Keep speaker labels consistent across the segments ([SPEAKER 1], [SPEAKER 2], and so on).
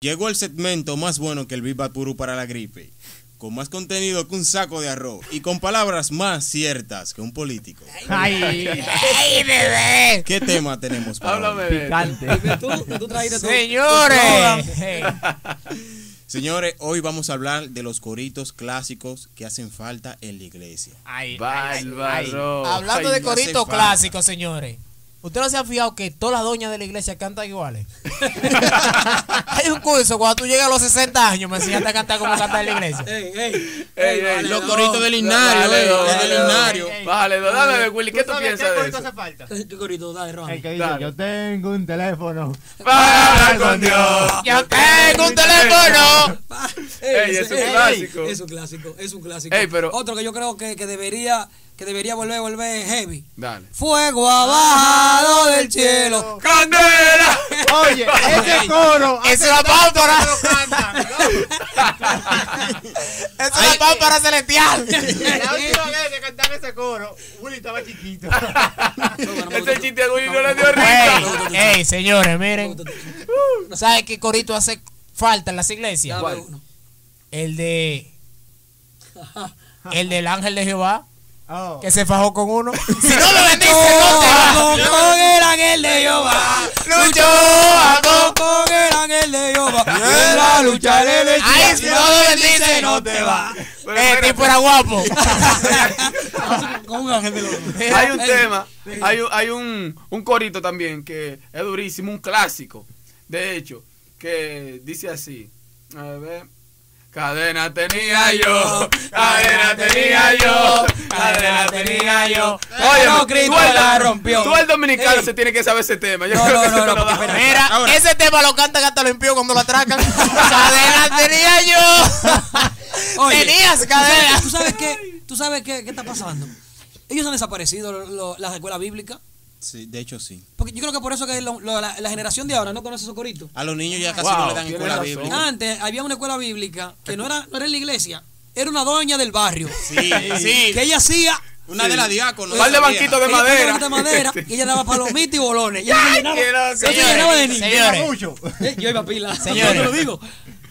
[SPEAKER 1] Llegó el segmento más bueno que el Viva Puru para la gripe, con más contenido que un saco de arroz y con palabras más ciertas que un político.
[SPEAKER 2] Ay,
[SPEAKER 1] ¿Qué tema tenemos para
[SPEAKER 3] Háblame
[SPEAKER 1] hoy?
[SPEAKER 3] de
[SPEAKER 2] picante. eh,
[SPEAKER 4] Señores,
[SPEAKER 1] Señores, hoy vamos a hablar de los coritos clásicos que hacen falta en la iglesia.
[SPEAKER 4] Ay, ay, ay, ay.
[SPEAKER 3] Bárbaro.
[SPEAKER 4] hablando
[SPEAKER 3] Ay,
[SPEAKER 4] de
[SPEAKER 1] no hace
[SPEAKER 4] corito
[SPEAKER 1] falta.
[SPEAKER 4] clásico, señores. ¿Usted no se ha fijado que todas las doñas de la iglesia cantan iguales? Hay un curso cuando tú llegas a los 60 años, me enseñaste a cantar como canta en la iglesia.
[SPEAKER 5] Ey, ey.
[SPEAKER 3] Ey, ey,
[SPEAKER 1] Los
[SPEAKER 3] no,
[SPEAKER 1] coritos del himnario,
[SPEAKER 3] dale,
[SPEAKER 1] eh,
[SPEAKER 3] dale,
[SPEAKER 1] del
[SPEAKER 3] dale.
[SPEAKER 1] himnario.
[SPEAKER 3] Vale, no, dame, Willy, ¿qué tú
[SPEAKER 2] ¿Sabes
[SPEAKER 3] piensas de
[SPEAKER 2] corito
[SPEAKER 3] eso?
[SPEAKER 2] hace falta?
[SPEAKER 5] Tu corito, dale, Roa.
[SPEAKER 2] El que dice,
[SPEAKER 3] Dale.
[SPEAKER 2] yo tengo un teléfono.
[SPEAKER 3] ¡Para con Dios!
[SPEAKER 4] ¡Yo tengo un teléfono!
[SPEAKER 5] Pa-
[SPEAKER 3] Ey, es
[SPEAKER 5] ese-
[SPEAKER 3] un clásico.
[SPEAKER 5] Es un clásico, es un clásico.
[SPEAKER 3] Ey, pero-
[SPEAKER 5] Otro que yo creo que, que debería que debería volver, volver heavy.
[SPEAKER 3] Dale.
[SPEAKER 5] Fuego ha bajado del cielo.
[SPEAKER 3] ¡Candela!
[SPEAKER 2] Oye, ese coro.
[SPEAKER 4] ¡Es una pámpara! ¡Es una pámpara celestial!
[SPEAKER 2] La última vez que cantaba ese coro, Willy estaba chiquito.
[SPEAKER 3] Ese chiste a Willy no le dio
[SPEAKER 4] ¡Ey,
[SPEAKER 3] risa.
[SPEAKER 4] ey, señores, miren! ¿Sabes qué corito hace falta en las iglesias?
[SPEAKER 5] Dame uno.
[SPEAKER 4] El de... El del ángel de Jehová.
[SPEAKER 2] Oh.
[SPEAKER 4] que se fajó con uno. Si no lo bendice, no te va.
[SPEAKER 5] Con- con el ángel de Jehová.
[SPEAKER 4] Luchó
[SPEAKER 5] Ah,
[SPEAKER 4] a
[SPEAKER 5] Con con el ángel de Jehová. En la lucha le venció.
[SPEAKER 4] Ay, si no lo bendice, no te va. El tipo era guapo.
[SPEAKER 5] Con un ángel de los
[SPEAKER 3] Hay un tema, hay un, hay un, un corito también que es durísimo, un clásico, de hecho, que dice así. A ver. Cadena tenía yo, cadena tenía yo, cadena tenía yo.
[SPEAKER 5] Pero Cristo
[SPEAKER 3] tú el-
[SPEAKER 5] la rompió.
[SPEAKER 3] Tú el dominicano
[SPEAKER 5] Ey.
[SPEAKER 3] se tiene que saber ese tema. Yo
[SPEAKER 5] No,
[SPEAKER 3] creo
[SPEAKER 5] no,
[SPEAKER 3] que
[SPEAKER 5] no,
[SPEAKER 3] eso
[SPEAKER 5] no,
[SPEAKER 3] lo
[SPEAKER 5] porque
[SPEAKER 3] da.
[SPEAKER 5] espera.
[SPEAKER 4] Mira,
[SPEAKER 1] Ahora.
[SPEAKER 4] ese tema lo cantan hasta los impíos cuando lo atracan. Cadena tenía yo.
[SPEAKER 5] Oye.
[SPEAKER 4] Tenías
[SPEAKER 5] ¿Tú sabes-
[SPEAKER 4] cadena.
[SPEAKER 5] ¿Tú sabes qué? ¿Tú sabes qué, qué está pasando? Ellos han desaparecido lo- lo- las escuelas bíblicas.
[SPEAKER 1] Sí, de hecho, sí.
[SPEAKER 5] Porque yo creo que por eso que lo- lo- la, la generación de ahora no conoce esos coritos.
[SPEAKER 1] A los niños ya casi
[SPEAKER 3] Wow,
[SPEAKER 1] no le dan
[SPEAKER 3] tienes
[SPEAKER 1] escuela
[SPEAKER 3] razón. Ah.
[SPEAKER 1] bíblica.
[SPEAKER 5] Antes había una escuela bíblica que no era, no era en la iglesia, era una doña del barrio.
[SPEAKER 1] Sí, sí.
[SPEAKER 5] Que ella hacía
[SPEAKER 1] Una de las diáconos.
[SPEAKER 3] Par de
[SPEAKER 1] esa
[SPEAKER 3] banquitos
[SPEAKER 1] vieja.
[SPEAKER 3] de
[SPEAKER 5] ella ponía
[SPEAKER 3] madera.
[SPEAKER 5] de madera y ella daba palomitas y bolones. Y ella se llenaba,
[SPEAKER 3] qué loco.
[SPEAKER 5] ella se llenaba de niños.
[SPEAKER 4] señores.
[SPEAKER 2] Mucho.
[SPEAKER 5] Eh, Yo iba a pila.
[SPEAKER 4] Señores.
[SPEAKER 5] Yo te lo digo.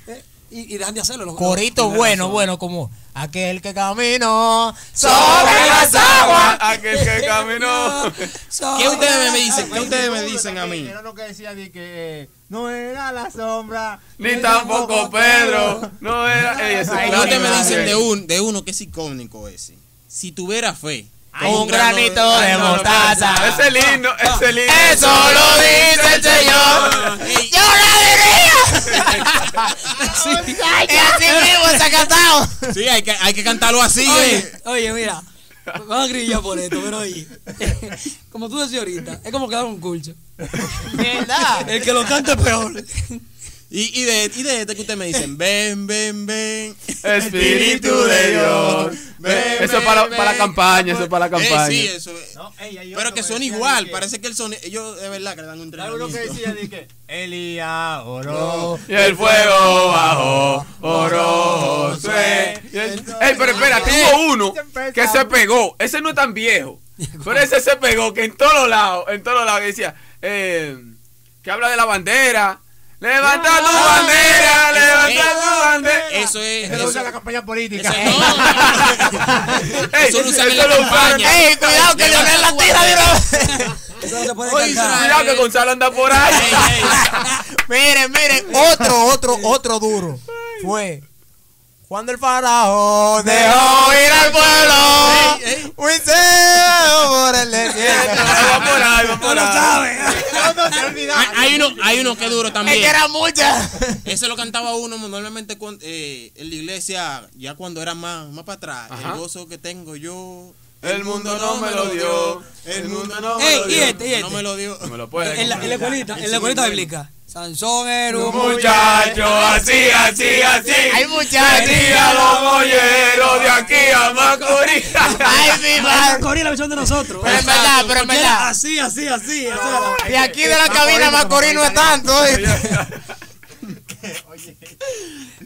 [SPEAKER 5] Eh, Y, y dejan de hacerlo. los-
[SPEAKER 4] Corito
[SPEAKER 5] los-
[SPEAKER 4] bueno, bueno, como aquel que caminó sobre las aguas.
[SPEAKER 3] agua Aquel Ah, que caminó.
[SPEAKER 1] ¿Qué
[SPEAKER 5] ¿Qué
[SPEAKER 1] ustedes me dicen? ¿Qué ustedes me dicen a mí?
[SPEAKER 2] Era lo que decía de que eh, no era la sombra.
[SPEAKER 3] Ni tampoco Pedro. No era. Ey, ese
[SPEAKER 2] Ay,
[SPEAKER 1] ¿Qué
[SPEAKER 3] clásico.
[SPEAKER 1] ustedes me dicen de,
[SPEAKER 3] Ey.
[SPEAKER 1] un, de uno que es icónico ese? Si tuviera fe.
[SPEAKER 4] Hay
[SPEAKER 1] con
[SPEAKER 4] un granito
[SPEAKER 1] grano
[SPEAKER 4] de mostaza.
[SPEAKER 3] Ese lindo, ese lindo.
[SPEAKER 4] Eso lo dice el Señor. Yo la diría. Y así mismo se ha cantado.
[SPEAKER 1] Sí, hay que, hay que cantarlo así,
[SPEAKER 5] Oye,
[SPEAKER 1] eh.
[SPEAKER 5] oye, mira. Vamos a grillar por esto, pero oye. Como tú decías ahorita, es como quedar un culcho.
[SPEAKER 4] ¿Verdad?
[SPEAKER 5] El que lo canta es peor.
[SPEAKER 1] Y, y, de, y de este que ustedes me dicen, ven, ven, ven.
[SPEAKER 3] Espíritu de Dios.
[SPEAKER 1] Ven,
[SPEAKER 3] Eso
[SPEAKER 1] ven,
[SPEAKER 3] es para,
[SPEAKER 1] ven.
[SPEAKER 3] para la campaña, eso es para la
[SPEAKER 1] Eh,
[SPEAKER 3] campaña.
[SPEAKER 1] sí, eso es.
[SPEAKER 2] No, ey, hay
[SPEAKER 1] Pero
[SPEAKER 2] otro
[SPEAKER 1] que son
[SPEAKER 2] decía de
[SPEAKER 1] igual, parece que el sonido, ellos de verdad que le dan un
[SPEAKER 2] Hay uno que
[SPEAKER 1] entrenamiento.
[SPEAKER 2] decía de que Elías oró.
[SPEAKER 3] Y el fuego bajó, oró, Josué. Y el- Ey, pero espérate, hubo uno que se pegó. Ese no es tan viejo. Pero ese se pegó que en todos lados, en todos lados, que decía, eh, que habla de la bandera. Levanta tu bandera, levanta tu bandera.
[SPEAKER 1] Eso es,
[SPEAKER 2] Que no
[SPEAKER 1] eso,
[SPEAKER 2] usa la campaña política.
[SPEAKER 1] eso- no.
[SPEAKER 3] Ey,
[SPEAKER 1] Eso lo usan en la
[SPEAKER 3] eso lo usaron.
[SPEAKER 1] campaña.
[SPEAKER 4] Ey, cuidado que Leonel la tira de una vez.
[SPEAKER 5] Eso no se puede
[SPEAKER 1] Oye,
[SPEAKER 5] cantar.
[SPEAKER 3] Cuidado que Gonzalo anda por ahí.
[SPEAKER 1] Ey, ey.
[SPEAKER 4] Miren, miren, otro, otro, otro duro. Fue cuando el faraón dejó ir al
[SPEAKER 1] Ey,
[SPEAKER 4] pueblo.
[SPEAKER 1] ey.
[SPEAKER 4] Un cero por el desierto.
[SPEAKER 3] Va por ahí, va por ahí.
[SPEAKER 2] No, no, te olvidaba.
[SPEAKER 1] Hay, hay uno, hay uno que es duro
[SPEAKER 4] Es
[SPEAKER 1] también.
[SPEAKER 4] que era mucha.
[SPEAKER 1] Ese lo cantaba uno normalmente cuan- eh, en la iglesia, ya cuando era más, más para atrás.
[SPEAKER 3] Ajá.
[SPEAKER 1] El gozo que tengo yo.
[SPEAKER 3] El mundo no me lo dio. El mundo no me
[SPEAKER 5] Ey,
[SPEAKER 3] lo
[SPEAKER 5] y
[SPEAKER 3] dio.
[SPEAKER 5] este.
[SPEAKER 1] No me lo dio.
[SPEAKER 3] No me lo puede.
[SPEAKER 5] En la, en la escuelita, en la escuelita bíblica. Sansón era un
[SPEAKER 3] Muchachos, así, así, así.
[SPEAKER 4] Hay muchachos.
[SPEAKER 3] Venía los molleros de aquí a Macorís.
[SPEAKER 4] Ay, mi madre.
[SPEAKER 5] Corrí la visión de nosotros.
[SPEAKER 4] Pero es verdad, pero es
[SPEAKER 5] Porque era
[SPEAKER 4] verdad.
[SPEAKER 5] Así, así, así. esa era la-
[SPEAKER 4] De aquí de la cabina Macorís no es tanto. ¿eh?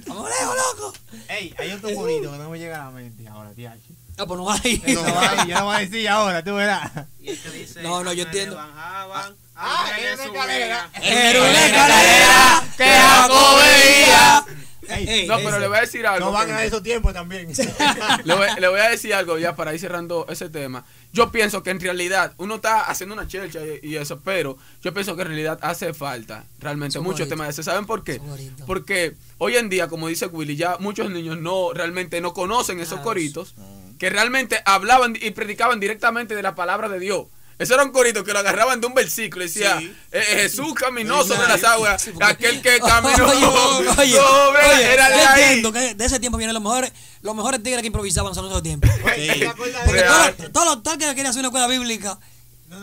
[SPEAKER 5] Vamos lejos, loco.
[SPEAKER 2] Ey, hay otro bonito que no me llega a la mente ahora, tía.
[SPEAKER 5] Ah, pues no hay.
[SPEAKER 2] No, ay, yo lo voy a decir ahora, tú verás.
[SPEAKER 6] Y él te dice,
[SPEAKER 5] No, no, yo
[SPEAKER 6] "Antes
[SPEAKER 5] entiendo.
[SPEAKER 6] bajaban,
[SPEAKER 2] Ah,
[SPEAKER 6] ahora
[SPEAKER 2] que
[SPEAKER 6] le
[SPEAKER 2] en una
[SPEAKER 6] subían".
[SPEAKER 2] escalera.
[SPEAKER 5] Era
[SPEAKER 4] una
[SPEAKER 5] escalera que Jacob veía.
[SPEAKER 2] Ey,
[SPEAKER 5] Ey,
[SPEAKER 3] No,
[SPEAKER 5] ey,
[SPEAKER 3] pero le voy a decir algo.
[SPEAKER 2] No van a
[SPEAKER 3] Fernando.
[SPEAKER 2] esos tiempos también.
[SPEAKER 3] le, voy, le voy a decir algo ya para ir cerrando ese tema. Yo pienso que en realidad uno está haciendo una chelcha y, y eso, pero yo pienso que en realidad hace falta realmente
[SPEAKER 5] Son
[SPEAKER 3] muchos
[SPEAKER 5] bonitos.
[SPEAKER 3] temas de eso. ¿Saben por qué?
[SPEAKER 5] Son bonitos.
[SPEAKER 3] Porque hoy en día, como dice Willy, ya muchos niños no realmente no conocen esos
[SPEAKER 5] Claro.
[SPEAKER 3] coritos
[SPEAKER 5] Mm.
[SPEAKER 3] que realmente hablaban y predicaban directamente de la palabra de Dios. Esos eran coritos que lo agarraban de un versículo y decía,
[SPEAKER 1] Sí.
[SPEAKER 3] eh, Jesús caminó
[SPEAKER 1] Sí,
[SPEAKER 3] sobre
[SPEAKER 1] claro.
[SPEAKER 3] las aguas,
[SPEAKER 5] Sí, porque-
[SPEAKER 3] aquel que caminó
[SPEAKER 5] Oye, oye,
[SPEAKER 3] sobre
[SPEAKER 5] oye,
[SPEAKER 3] era de
[SPEAKER 5] yo
[SPEAKER 3] ahí.
[SPEAKER 5] entiendo que de ese tiempo vienen los mejores, los mejores tigres que improvisaban son esos tiempos.
[SPEAKER 1] Sí.
[SPEAKER 5] Porque
[SPEAKER 3] Real.
[SPEAKER 5] todos todos los tigres que querían hacer una escuela bíblica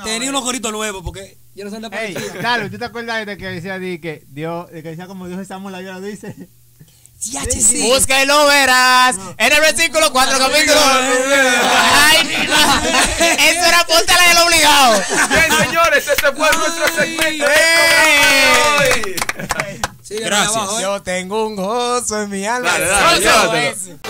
[SPEAKER 5] tenían unos coritos nuevos porque yo no sé dónde
[SPEAKER 2] eh. Ey,
[SPEAKER 5] aparecía.
[SPEAKER 2] Carlos, ¿tú te acuerdas de que decía di que Dios, de que decía como Dios estamos la vida, dice?
[SPEAKER 5] Ya, che, sí.
[SPEAKER 4] Busca y lo verás. En el versículo 4, capítulo. Ay, mi madre. Eso era póntala del obligado.
[SPEAKER 3] Bien, señores, este fue nuestro segmento.
[SPEAKER 4] Ay.
[SPEAKER 3] Esto fue todo por hoy.
[SPEAKER 5] Sí,
[SPEAKER 1] Gracias.
[SPEAKER 5] abajo, ¿eh?
[SPEAKER 4] Yo tengo un gozo en mi alma.
[SPEAKER 3] Dale, dale,
[SPEAKER 4] Solo
[SPEAKER 3] llévatelo.
[SPEAKER 4] ese.